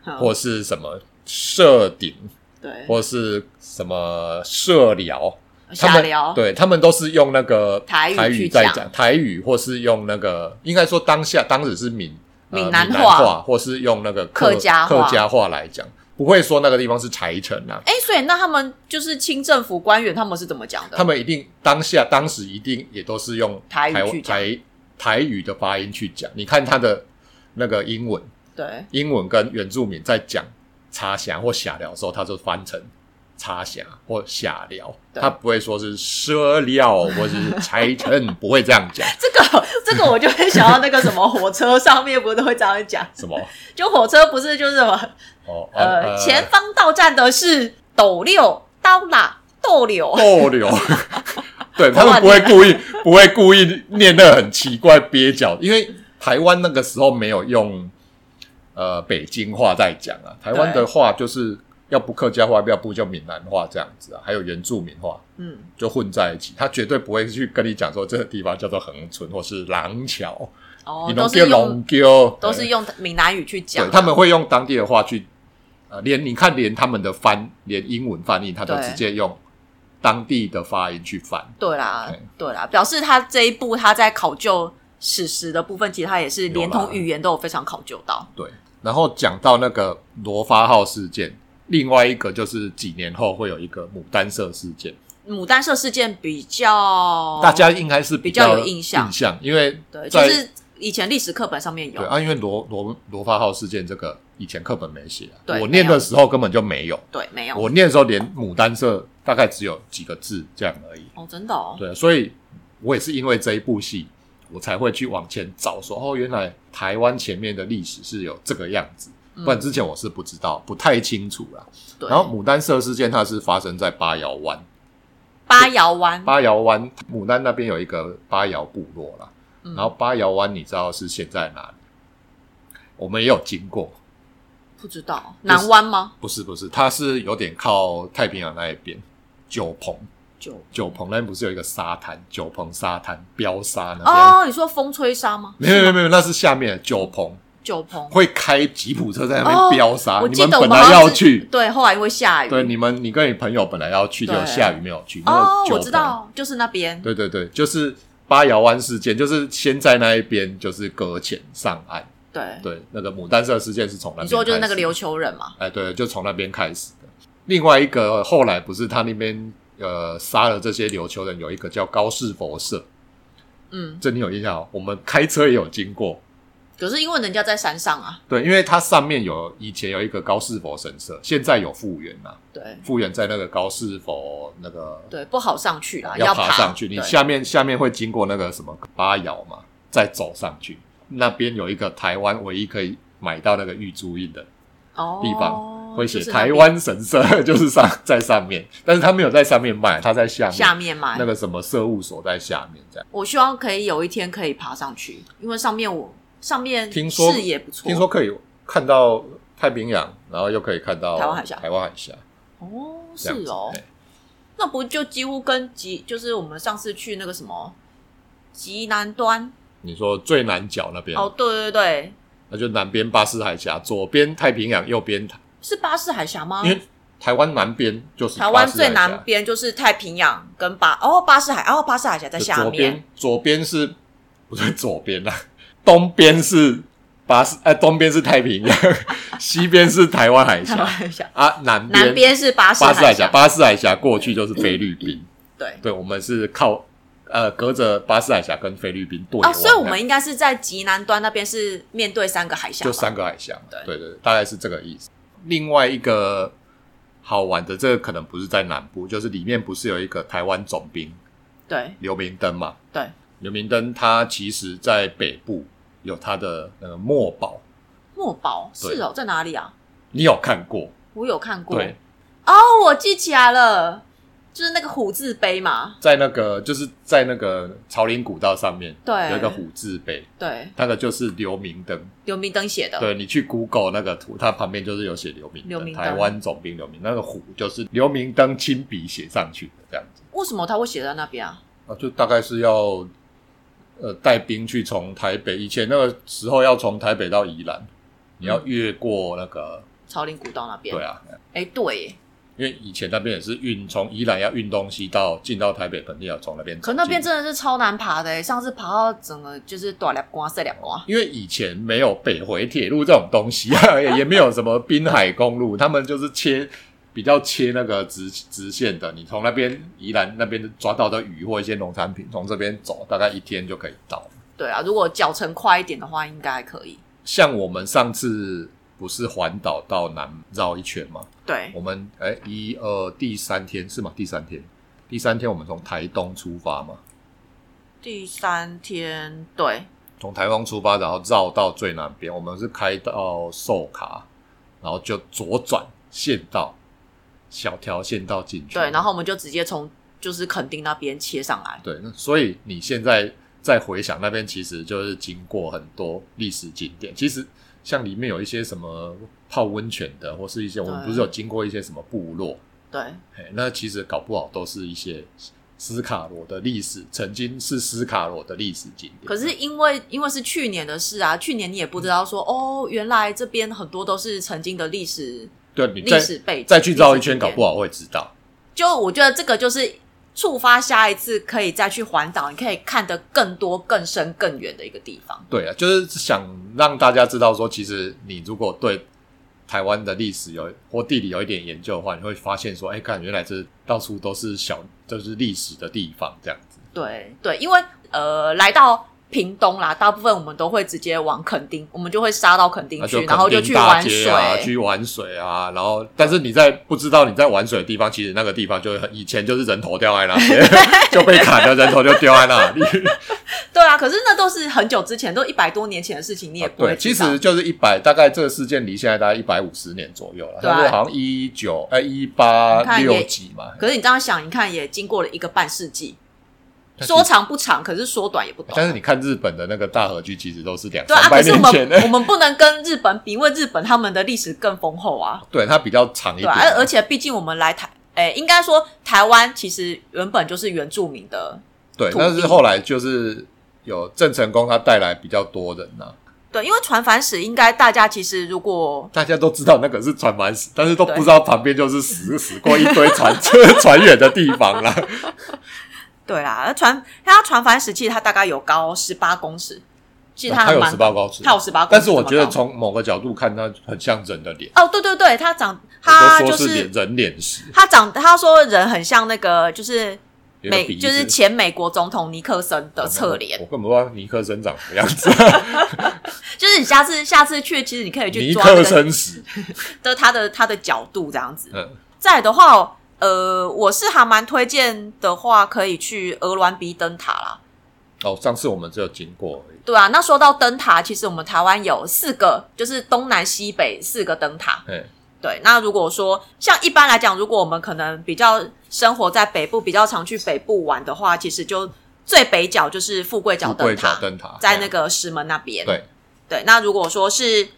Speaker 1: 嗯
Speaker 2: 或是什么社顶，
Speaker 1: 对
Speaker 2: 或是什么社聊，他
Speaker 1: 下
Speaker 2: 们
Speaker 1: 聊，
Speaker 2: 对他们都是用那个
Speaker 1: 台语
Speaker 2: 台
Speaker 1: 去
Speaker 2: 语在
Speaker 1: 讲
Speaker 2: 讲台语，或是用那个应该说当下当时是闽呃
Speaker 1: 闽
Speaker 2: 闽
Speaker 1: 南
Speaker 2: 南
Speaker 1: 话
Speaker 2: 或是用那个
Speaker 1: 客家话
Speaker 2: 客家话来讲，不会说那个地方是柴城啊。
Speaker 1: 哎，所以那他们就是清政府官员，他们是怎么讲的？
Speaker 2: 他们一定当下当时一定也都是用
Speaker 1: 台语
Speaker 2: 台
Speaker 1: 去讲
Speaker 2: 台台语的发音去讲。你看他的那个英文，
Speaker 1: 对
Speaker 2: 英文跟原住民在讲茶侠或侠聊的时候，他就翻成茶侠或侠聊，
Speaker 1: 对
Speaker 2: 他不会说是奢料或是柴城，不会这样讲。
Speaker 1: 这个这个我就会想到那个什么火车上面不是都会这样讲，
Speaker 2: 什么？
Speaker 1: 就火车不是就是什么
Speaker 2: 哦，
Speaker 1: 呃，前方到站的是斗六、刀啦、斗柳，
Speaker 2: 逗 留。对他
Speaker 1: 我
Speaker 2: 们不会
Speaker 1: 忘
Speaker 2: 故意，不会故意念的很奇怪蹩脚，因为台湾那个时候没有用呃北京话在讲啊，台湾的话就是要不客家话，要不就闽南话这样子啊，还有原住民话
Speaker 1: 嗯，
Speaker 2: 就混在一起，他绝对不会去跟你讲说这个地方叫做恒村或是廊桥，
Speaker 1: 哦
Speaker 2: 你，
Speaker 1: 都
Speaker 2: 都
Speaker 1: 是
Speaker 2: 叫
Speaker 1: 用
Speaker 2: 龙桥，
Speaker 1: 都是用闽南语去讲
Speaker 2: 对，
Speaker 1: 的，
Speaker 2: 他们会用当地的话去，呃，连你看，连他们的翻，连英文翻译，他都
Speaker 1: 对
Speaker 2: 直接用当地的发音去翻。
Speaker 1: 对啦
Speaker 2: 对，
Speaker 1: 对啦，表示他这一步他在考究史实的部分，其实他也是连
Speaker 2: 有
Speaker 1: 同
Speaker 2: 吧
Speaker 1: 语言都有非常考究到。
Speaker 2: 对，然后讲到那个罗发号事件，另外一个就是几年后会有一个牡丹社事件，
Speaker 1: 牡丹社事件比较
Speaker 2: 大家应该是
Speaker 1: 哦比较
Speaker 2: 较
Speaker 1: 有印象
Speaker 2: 印象，因为
Speaker 1: 对，就
Speaker 2: 在
Speaker 1: 是以前历史课本上面有
Speaker 2: 对，啊，因为罗罗罗发号事件这个以前课本没写啊、
Speaker 1: 对
Speaker 2: 我
Speaker 1: 没有
Speaker 2: 念的时候根本就没有，
Speaker 1: 对，没有
Speaker 2: 我念的时候连牡丹社大概只有几个字这样而已。
Speaker 1: 哦，真的哦，
Speaker 2: 对，所以我也是因为这一部戏，我才会去往前找说，哦，原来台湾前面的历史是有这个样子，不然之前我是不知道，不太清楚啦。
Speaker 1: 嗯对，嗯
Speaker 2: 然后牡丹社事件它是发生在八窑湾，
Speaker 1: 八窑湾，
Speaker 2: 八窑湾牡丹那边有一个八窑部落啦，
Speaker 1: 嗯
Speaker 2: 然后八窑湾你知道是现在哪里？我们也有经过，
Speaker 1: 不知道南湾吗？
Speaker 2: 不是不是，它是有点靠太平洋那一边，九鹏
Speaker 1: 就
Speaker 2: 九鹏那边不是有一个沙滩，九鹏沙滩标沙那边。
Speaker 1: 哦，你说风吹沙吗？
Speaker 2: 没有没有没有，那是下面的九鹏
Speaker 1: 九鹏，
Speaker 2: 会开吉普车在那边飙沙，
Speaker 1: 哦我
Speaker 2: 你
Speaker 1: 记
Speaker 2: 们
Speaker 1: 得我
Speaker 2: 本
Speaker 1: 们
Speaker 2: 来
Speaker 1: 好像
Speaker 2: 要
Speaker 1: 是
Speaker 2: 去，
Speaker 1: 对，后来因为下雨，
Speaker 2: 对，你们你跟你朋友本来要去，就
Speaker 1: 对
Speaker 2: 下雨没有去。
Speaker 1: 哦
Speaker 2: 那，个
Speaker 1: 我
Speaker 2: 九
Speaker 1: 知
Speaker 2: 鹏，
Speaker 1: 道，就是那边，
Speaker 2: 对对对，就是八窑湾事件，就是先在那一边就是搁浅上岸，
Speaker 1: 对，
Speaker 2: 对，那个牡丹社事件是从那边
Speaker 1: 你说就是那
Speaker 2: 开
Speaker 1: 个
Speaker 2: 始
Speaker 1: 琉球人嘛，
Speaker 2: 哎，对，就从那边开始的。另外一个后来不是他那边呃杀了这些琉球人，有一个叫高士佛社，
Speaker 1: 嗯，
Speaker 2: 这你有印象哦？我们开车也有经过，
Speaker 1: 可是因为人家在山上啊，
Speaker 2: 对，因为它上面有以前有一个高士佛神社，现在有复原啦、
Speaker 1: 对
Speaker 2: 复原在那个高士佛那个
Speaker 1: 对，不好上去啦，
Speaker 2: 要
Speaker 1: 爬
Speaker 2: 上去，你
Speaker 1: 对
Speaker 2: 下面下面会经过那个什么八窑嘛，再走上去，那边有一个台湾唯一可以买到那个玉珠印的
Speaker 1: 哦
Speaker 2: 地方，会写
Speaker 1: 就是那
Speaker 2: 台
Speaker 1: 边
Speaker 2: 湾神社， 就是上在上面，但是他没有在上面卖，他在下面，
Speaker 1: 下面嘛，
Speaker 2: 那个什么社务所在下面这样。
Speaker 1: 我希望可以有一天可以爬上去，因为上面我上面
Speaker 2: 听说
Speaker 1: 视野不错，
Speaker 2: 听说可以看到太平洋，然后又可以看到
Speaker 1: 台湾海峡
Speaker 2: 台湾海峡
Speaker 1: 哦是
Speaker 2: 这样子哎
Speaker 1: 哦，
Speaker 2: 对
Speaker 1: 那不就几乎跟极就是我们上次去那个什么极南端
Speaker 2: 你说最南角那边，
Speaker 1: 哦，对对对，
Speaker 2: 那就南边巴士海峡，左边太平洋，右边台，
Speaker 1: 是巴士海峡吗？
Speaker 2: 因为台湾南边就是
Speaker 1: 哦台湾
Speaker 2: 巴士海
Speaker 1: 最
Speaker 2: 峡
Speaker 1: 南边就是太平洋跟巴哦巴士海哦巴士海峡在
Speaker 2: 就
Speaker 1: 下
Speaker 2: 左
Speaker 1: 面
Speaker 2: 边，左边是不是左边啦、 东边是巴士，哎、东边是太平洋， 西边是台湾海
Speaker 1: 台湾
Speaker 2: 峡
Speaker 1: 海峡
Speaker 2: 啊，南边
Speaker 1: 南边是巴士
Speaker 2: 巴士海峡，
Speaker 1: 峡，
Speaker 2: 巴士海峡过去就是菲律宾，
Speaker 1: 对
Speaker 2: 对，我们是靠呃隔着巴士海峡跟菲律宾对
Speaker 1: 啊，
Speaker 2: 望，
Speaker 1: 所以我们应该是在极南端那边是面对三个海峡吧，
Speaker 2: 就三个海峡嘛，
Speaker 1: 对
Speaker 2: 对对对，大概是这个意思。另外一个好玩的，这个可能不是在南部，就是里面不是有一个台湾总兵
Speaker 1: 对
Speaker 2: 刘明灯嘛？
Speaker 1: 对，
Speaker 2: 刘明灯他其实在北部有他的呃墨宝，
Speaker 1: 墨宝
Speaker 2: 对
Speaker 1: 是哦，在哪里啊？
Speaker 2: 你有看过？
Speaker 1: 我有看过，
Speaker 2: 对，
Speaker 1: 哦，我记起来了，就是那个虎字碑嘛，
Speaker 2: 在那个就是在那个朝林古道上面，
Speaker 1: 对
Speaker 2: 有一个虎字碑，
Speaker 1: 对，
Speaker 2: 那个就是刘明灯。
Speaker 1: 刘明灯写的，
Speaker 2: 对你去 Google 那个图，它旁边就是有写刘明
Speaker 1: 刘
Speaker 2: 灯，
Speaker 1: 明灯
Speaker 2: 台湾总兵刘明，那个虎就是刘明灯亲笔写上去的这样子。
Speaker 1: 为什么他会写在那边啊？
Speaker 2: 啊，就大概是要呃带兵去从台北，以前那个时候要从台北到宜兰，你要越过那个，
Speaker 1: 朝林古道那边，
Speaker 2: 对啊，
Speaker 1: 哎，嗯对耶，
Speaker 2: 因为以前那边也是运从宜兰要运东西到进到台北本地，要从那边走
Speaker 1: 可
Speaker 2: 进。
Speaker 1: 那边真的是超难爬的耶，上次爬到整个就是短两瓜、塞两瓜，
Speaker 2: 因为以前没有北回铁路这种东西啊， 也也没有什么滨海公路，他们就是切比较切那个直直线的，你从那边宜兰那边抓到的鱼或一些农产品，从这边走大概一天就可以到。
Speaker 1: 对啊，如果脚程快一点的话，应该还可以，
Speaker 2: 像我们上次不是环岛到南绕一圈吗？
Speaker 1: 对，
Speaker 2: 我们哎，一二第三天是吗？第三天，第三天我们从台东出发嘛，
Speaker 1: 第三天，对，
Speaker 2: 从台东出发，然后绕到最南边，我们是开到寿卡，然后就左转县道，小条县道进去。
Speaker 1: 对，然后我们就直接从就是垦丁那边切上来，
Speaker 2: 对，那所以你现在再回想那边，其实就是经过很多历史景点。其实像里面有一些什么泡温泉的，或是一些我们
Speaker 1: 对
Speaker 2: 不是有经过一些什么部落，
Speaker 1: 对，
Speaker 2: 嘿那其实搞不好都是一些斯卡罗的历史，曾经是斯卡罗的历史景点。
Speaker 1: 可是因为因为是去年的事啊，去年你也不知道说、哦，原来这边很多都是曾经的历史
Speaker 2: 对你
Speaker 1: 历
Speaker 2: 再
Speaker 1: 史背景，
Speaker 2: 再去绕一圈，
Speaker 1: 历史
Speaker 2: 搞
Speaker 1: 景点
Speaker 2: 不好会知道。
Speaker 1: 就我觉得这个就是触发下一次可以再去环岛，你可以看得更多、更深、更远的一个地方。
Speaker 2: 对啊，就是想让大家知道说，其实你如果对台湾的历史有或地理有一点研究的话，你会发现说，哎，看原来这到处都是小，就是历史的地方这样子。
Speaker 1: 对对，因为呃，来到屏东啦，大部分我们都会直接往垦丁，我们就会杀到垦丁
Speaker 2: 那
Speaker 1: 去，
Speaker 2: 肯
Speaker 1: 然后就
Speaker 2: 定
Speaker 1: 去
Speaker 2: 大
Speaker 1: 玩
Speaker 2: 街
Speaker 1: 水。
Speaker 2: 啊，去玩水啊，然后但是你在不知道你在玩水的地方，其实那个地方就很以前就是人头掉在那边， 就被砍了，人头就掉在那里。
Speaker 1: 对啊，可是那都是很久之前，都一百多年前的事情，你也不会
Speaker 2: 啊对，
Speaker 1: 知
Speaker 2: 其
Speaker 1: 道。
Speaker 2: 实就是一百，大概这个事件离现在大概一百五十年左右了，
Speaker 1: 对啊
Speaker 2: 它是好像一九哎一八
Speaker 1: 你看也
Speaker 2: 六几嘛，
Speaker 1: 可是你这样想，你看也经过了一个半世纪，
Speaker 2: 但是
Speaker 1: 说长不长，可是说短也不短。
Speaker 2: 但是你看日本的那个大和剧，其实都是两
Speaker 1: 对啊，
Speaker 2: 三
Speaker 1: 可
Speaker 2: 百
Speaker 1: 是我
Speaker 2: 年
Speaker 1: 们
Speaker 2: 前的，
Speaker 1: 我们不能跟日本比，因为日本他们的历史更丰厚啊。
Speaker 2: 对它比较长
Speaker 1: 对
Speaker 2: 一点
Speaker 1: 啊，而而且毕竟我们来台，诶、应该说台湾其实原本就是原住民的，
Speaker 2: 对，
Speaker 1: 土地
Speaker 2: 但是后来就是有郑成功，他带来比较多人啊呐、
Speaker 1: 对，因为船帆史应该大家其实如果
Speaker 2: 大家都知道那个是船满死，但是都
Speaker 1: 对
Speaker 2: 不知道旁边就是死死过一堆船 车船员的地方啦。
Speaker 1: 对啦，船它船帆史其实它大概有高十八公尺，其实它还
Speaker 2: 啊有
Speaker 1: 蛮
Speaker 2: 十八公尺，
Speaker 1: 它有十八公
Speaker 2: 但是
Speaker 1: 这
Speaker 2: 我
Speaker 1: 么
Speaker 2: 觉得
Speaker 1: 高
Speaker 2: 从某个角度看，它很像人的脸，
Speaker 1: 哦，对对对，它长它
Speaker 2: 我都
Speaker 1: 就
Speaker 2: 说是脸
Speaker 1: 是
Speaker 2: 人脸石，
Speaker 1: 它长，他说人很像那个就是
Speaker 2: 有一个
Speaker 1: 美
Speaker 2: 鼻
Speaker 1: 就是
Speaker 2: 子嗯
Speaker 1: 前美国总统尼克森的侧
Speaker 2: 我
Speaker 1: 脸，
Speaker 2: 根本不知道尼克森长什么样子，啊
Speaker 1: 就是你下次下次去，其实你可以去
Speaker 2: 尼
Speaker 1: 抓那
Speaker 2: 克
Speaker 1: 个
Speaker 2: 森石，
Speaker 1: 的他的他的角度这样子。
Speaker 2: 嗯，
Speaker 1: 再来的话，呃，我是还蛮推荐的话，可以去鹅銮鼻灯塔啦。
Speaker 2: 哦，上次我们只有经过而已，
Speaker 1: 对啊，那说到灯塔，其实我们台湾有四个，就是东南西北四个灯塔。
Speaker 2: 哎，
Speaker 1: 对，那如果说像一般来讲，如果我们可能比较生活在北部，比较常去北部玩的话，其实就最北角就是富贵角
Speaker 2: 富
Speaker 1: 灯
Speaker 2: 贵
Speaker 1: 塔
Speaker 2: 角，灯塔
Speaker 1: 在那个石门那边。
Speaker 2: 对
Speaker 1: 对，那如果说是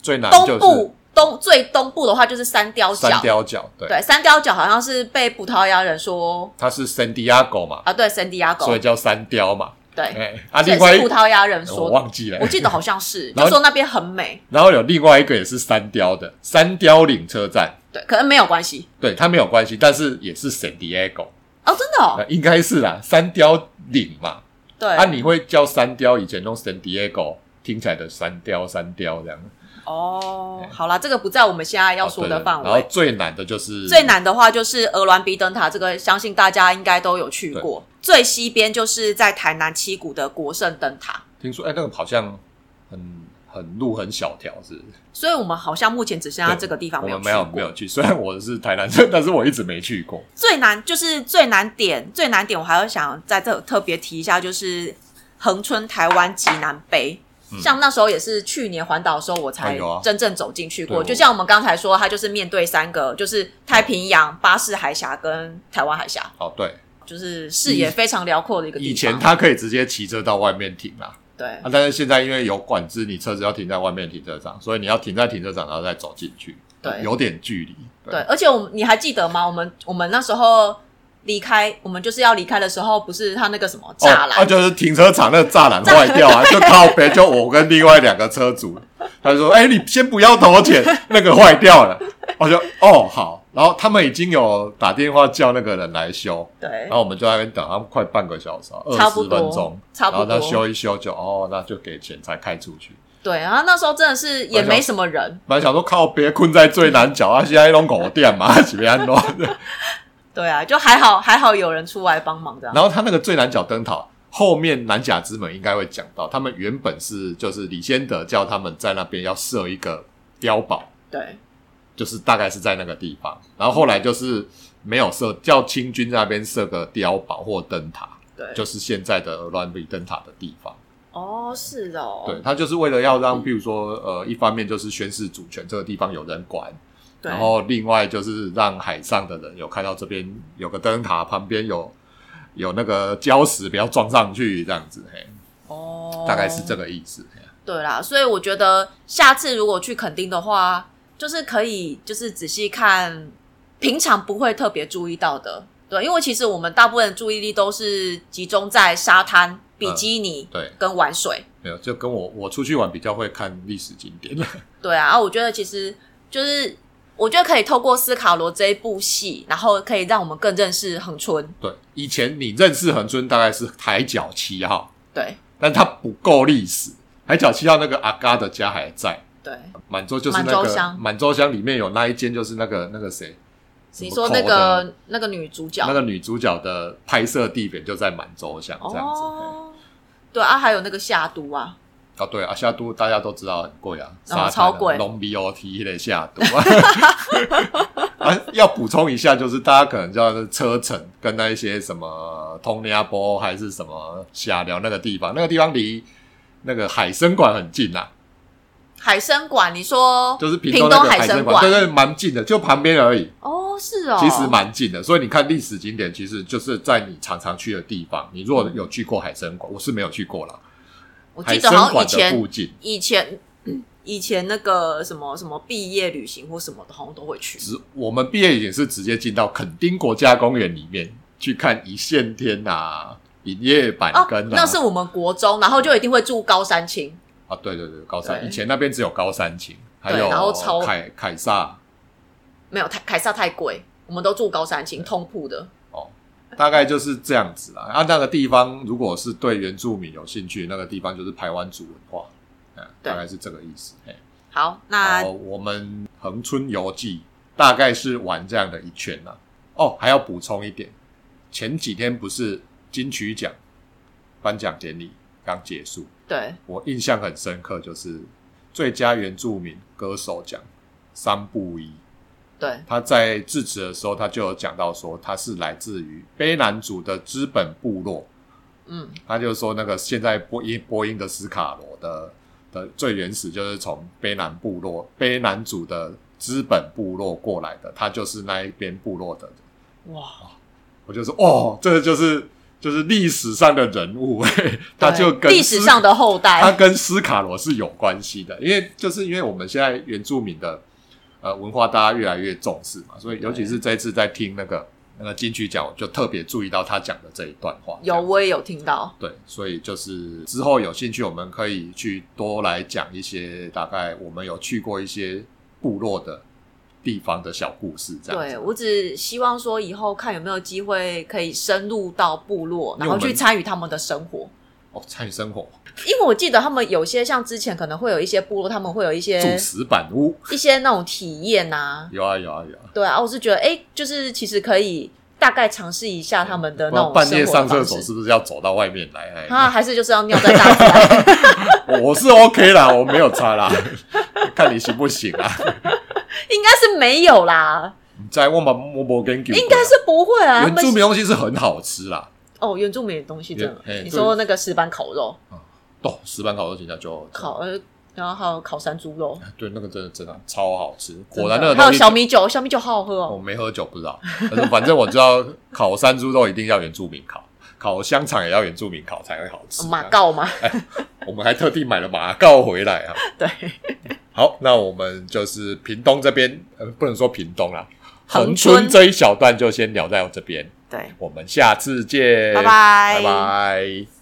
Speaker 2: 最难
Speaker 1: 东
Speaker 2: 就是
Speaker 1: 部东最东部的话，就是三雕角
Speaker 2: 三。雕角，对，
Speaker 1: 对，三雕角好像是被葡萄牙人说
Speaker 2: 它是圣地亚哥嘛，
Speaker 1: 啊，对，圣地亚哥
Speaker 2: 所以，叫三雕嘛，
Speaker 1: 对，
Speaker 2: 哎，啊，
Speaker 1: 这也
Speaker 2: 另外
Speaker 1: 是
Speaker 2: 一
Speaker 1: 葡萄牙人
Speaker 2: 我
Speaker 1: 说的，
Speaker 2: 忘记了
Speaker 1: 我，记得好像是，
Speaker 2: 然
Speaker 1: 就
Speaker 2: 后
Speaker 1: 说那边很美，
Speaker 2: 然后有另外一个也是三雕的，三雕岭车站，
Speaker 1: 对，可能没有关系
Speaker 2: 对，它没有关系，但是也是圣地亚哥，
Speaker 1: 哦，真的哦，
Speaker 2: 呃应该是啦，三雕岭嘛，
Speaker 1: 对，
Speaker 2: 啊，你会叫山雕？以前用 San Diego 听起来的山雕，山雕这样。
Speaker 1: 哦，好啦，这个不在我们现在要说
Speaker 2: 啊
Speaker 1: 的
Speaker 2: 对
Speaker 1: 范
Speaker 2: 然
Speaker 1: 围
Speaker 2: 后。最难的就是
Speaker 1: 最难的话就是鹅銮鼻灯塔，这个相信大家应该都有去过。最西边就是在台南七股的国盛灯塔，
Speaker 2: 听说哎，那个好像很很路很小条，是不是？
Speaker 1: 所以我们好像目前只剩下
Speaker 2: 对
Speaker 1: 这个地方
Speaker 2: 我
Speaker 1: 有
Speaker 2: 们
Speaker 1: 去
Speaker 2: 没有
Speaker 1: 过
Speaker 2: 没有去，虽然我是台南 人，但是我一直没去过。
Speaker 1: 最难就是最难点，最难点我还要想在这特别提一下，就是恒春台湾极南杯。像那时候也是去年环岛的时候，我
Speaker 2: 嗯哎
Speaker 1: 才
Speaker 2: 有啊
Speaker 1: 真正走进去过。
Speaker 2: 对我
Speaker 1: 就像我们刚才说，它就是面对三个，就是太平洋、巴士海峡跟台湾海峡，
Speaker 2: 哦，对，
Speaker 1: 就是视野非常辽阔的一个地方。嗯
Speaker 2: 以前他可以直接骑车到外面停啦、
Speaker 1: 对
Speaker 2: 啊，但是现在因为有管制，你车子要停在外面停车场，所以你要停在停车场，然后再走进去，
Speaker 1: 对
Speaker 2: 有点距离。哦
Speaker 1: 对，，而且我们你还记得吗？我们我们那时候离开，我们就是要离开的时候，不是他那个什么
Speaker 2: 哦
Speaker 1: 栅栏、
Speaker 2: 啊，就是停车场那个栅栏坏 掉啊，就靠北，就我跟另外两个车主，他就说：“哎、你先不要投 钱，那个坏掉了。”我就哦好，然后他们已经有打电话叫那个人来修，
Speaker 1: 对
Speaker 2: 然后我们就在那边等，他们快半个小时啊，哦二
Speaker 1: 哎差不
Speaker 2: 十
Speaker 1: 多
Speaker 2: 分钟，
Speaker 1: 差不多
Speaker 2: 然后他修一修就哦，那就给钱才开出去。
Speaker 1: 对，然后那时候真的是也没什么人，
Speaker 2: 本来想说靠别困在最南角啊，现在弄狗店嘛， 是不是安弄？
Speaker 1: 对啊，就还好还好有人出来帮忙这样。
Speaker 2: 然后他那个最南角灯塔后面南甲之门应该会讲到，他们原本是就是李先德叫他们在那边要设一个碉堡，
Speaker 1: 对
Speaker 2: 就是大概是在那个地方。然后后来就是没有设，叫清军在那边设个碉堡或灯塔，
Speaker 1: 对，
Speaker 2: 就是现在的鹅銮鼻灯塔的地方。
Speaker 1: 哦是哦，
Speaker 2: 对，他就是为了要让，譬如说，呃，一方面就是宣示主权这个地方有人管，
Speaker 1: 对
Speaker 2: 然后另外就是让海上的人有看到这边有个灯塔，旁边有有那个礁石，不要撞上去这样子，嘿，
Speaker 1: 哦，
Speaker 2: 大概是这个意思。嘿
Speaker 1: 对啦，所以我觉得下次如果去垦丁的话，就是可以就是仔细看平常不会特别注意到的，对，因为其实我们大部分的注意力都是集中在沙滩、比基尼、
Speaker 2: 对，
Speaker 1: 跟玩水，
Speaker 2: 没有，就跟我我出去玩比较会看历史景点，
Speaker 1: 对啊，啊我觉得其实就是我觉得可以透过斯卡罗这一部戏，然后可以让我们更认识恒春，
Speaker 2: 对，以前你认识恒春大概是海角七号，
Speaker 1: 对
Speaker 2: 但它不够历史，海角七号那个阿嘎的家还在。
Speaker 1: 对，
Speaker 2: 满洲就是那
Speaker 1: 满洲
Speaker 2: 个
Speaker 1: 乡
Speaker 2: 满洲乡里面有那一间，就是那个那个谁，
Speaker 1: 你
Speaker 2: 什
Speaker 1: 说
Speaker 2: 么
Speaker 1: 那
Speaker 2: 口的
Speaker 1: 个那个女主角
Speaker 2: 那个女主角的拍摄地点就在满洲乡这样子。哦，
Speaker 1: 哦，对啊，还有那个夏都啊，
Speaker 2: 啊对啊，夏都大家都知道很贵啊，
Speaker 1: 哦
Speaker 2: 沙滩啊
Speaker 1: 超贵
Speaker 2: 龙 BOT 的夏都啊。 啊，要补充一下，就是大家可能叫车城跟那一些什么通尼亚波啊还是什么下寮那个地方，那个地方离那个海参馆很近啊，
Speaker 1: 海参馆，你说
Speaker 2: 就是
Speaker 1: 哦屏
Speaker 2: 屏东那个
Speaker 1: 海
Speaker 2: 海参
Speaker 1: 参
Speaker 2: 馆，对对，蛮近的，就旁边而已。
Speaker 1: 哦，是哦，
Speaker 2: 其实蛮近的，所以你看历史景点，其实就是在你常常去的地方。你如果有去过海参馆，我是没有去过啦。
Speaker 1: 嗯我记
Speaker 2: 海
Speaker 1: 得
Speaker 2: 参
Speaker 1: 好像以
Speaker 2: 馆的附
Speaker 1: 前
Speaker 2: 近，
Speaker 1: 以前 以前那个什么什么毕业旅行或什么的，好像都会去。
Speaker 2: 只我们毕业也是直接进到垦丁国家公园里面去看一线天啊、营业板
Speaker 1: 哦
Speaker 2: 根啊。，
Speaker 1: 那是我们国中，然后就一定会住高山青，
Speaker 2: 啊，对对对，高山
Speaker 1: 对
Speaker 2: 以前那边只有高山青，还
Speaker 1: 对
Speaker 2: 有
Speaker 1: 然后超
Speaker 2: 凯凯撒
Speaker 1: 没有太凯撒太贵，我们都住高山青通铺的。
Speaker 2: 哦，大概就是这样子啦。啊，那个地方如果是对原住民有兴趣，那个地方就是排湾族文化，嗯，
Speaker 1: 对
Speaker 2: 大概是这个意思。嘿
Speaker 1: 好，那
Speaker 2: 好，呃我们恒春游记大概是玩这样的一圈啦、哦，还要补充一点，前几天不是金曲奖颁奖典礼刚结束，
Speaker 1: 对
Speaker 2: 我印象很深刻，就是最佳原住民歌手奖三布一。
Speaker 1: 对
Speaker 2: 他在致辞的时候，他就有讲到说，他是来自于卑南族的资本部落。
Speaker 1: 嗯
Speaker 2: 他就说，那个现在播音播音的斯卡罗的的最原始就是从卑南部落、卑南族的资本部落过来的，他就是那一边部落的。
Speaker 1: 哇
Speaker 2: 我就说，哦，这就是就是历史上的人物， 嘿他
Speaker 1: 对
Speaker 2: 就跟
Speaker 1: 历史
Speaker 2: 斯
Speaker 1: 上的后
Speaker 2: 它
Speaker 1: 代，
Speaker 2: 跟斯卡罗是有关系的，因为就是因为我们现在原住民的呃文化大家越来越重视嘛，所以尤其是这一次在听那个那个金曲奖，我就特别注意到他讲的这一段话。这
Speaker 1: 有
Speaker 2: 样
Speaker 1: 我也有听到，
Speaker 2: 对，所以就是之后有兴趣，我们可以去多来讲一些大概我们有去过一些部落的地方的小故事，这样
Speaker 1: 对
Speaker 2: 子。
Speaker 1: 我只希望说以后看有没有机会可以深入到部落，
Speaker 2: 因为
Speaker 1: 然后
Speaker 2: 我
Speaker 1: 去
Speaker 2: 们
Speaker 1: 参与他们的生活。
Speaker 2: 哦，参与生活，
Speaker 1: 因为我记得他们有些像之前可能会有一些部落，他们会有一
Speaker 2: 住
Speaker 1: 些
Speaker 2: 石板屋，
Speaker 1: 一些那种体验呐、
Speaker 2: 有啊有啊有啊。
Speaker 1: 对啊，我是觉得哎、诶就是其实可以大概尝试一下他们的
Speaker 2: 不
Speaker 1: 那
Speaker 2: 然
Speaker 1: 种
Speaker 2: 半夜
Speaker 1: 生活
Speaker 2: 上厕
Speaker 1: 方
Speaker 2: 所
Speaker 1: 式
Speaker 2: 是不是要走到外面来？哎
Speaker 1: 啊，还是就是要尿在大自啊 然。
Speaker 2: 我我是 OK 啦，我没有差啦， 看你行不行啊。
Speaker 1: 应该是没有啦，
Speaker 2: 你在我们摸摸跟应
Speaker 1: 应该是不会啊。他
Speaker 2: 原
Speaker 1: 们
Speaker 2: 住民东西是很好吃啦，
Speaker 1: 哦，原住民的东西真
Speaker 2: 原
Speaker 1: 的，
Speaker 2: 哎
Speaker 1: 你说那个石板烤肉、
Speaker 2: 哦，石板烤肉现在就
Speaker 1: 烤呃，然后还有烤山猪肉，
Speaker 2: 对那个真的真的超好吃，
Speaker 1: 真
Speaker 2: 果然那
Speaker 1: 的
Speaker 2: 个
Speaker 1: 还有
Speaker 2: 东西
Speaker 1: 小米酒，小米酒好好喝
Speaker 2: 我
Speaker 1: 哦。
Speaker 2: 没喝酒不知道，但是反正我知道烤山猪肉一定要原住民烤，烤香肠也要原住民烤才会好吃。啊
Speaker 1: 马告嘛，
Speaker 2: 我们还特地买了马告回来啊。
Speaker 1: 对，
Speaker 2: 好，那我们就是屏东这边，呃，不能说屏东啦，
Speaker 1: 恒
Speaker 2: 恒
Speaker 1: 春
Speaker 2: 春这一小段就先聊到这边，
Speaker 1: 对，
Speaker 2: 我们下次见，
Speaker 1: 拜拜
Speaker 2: 拜拜。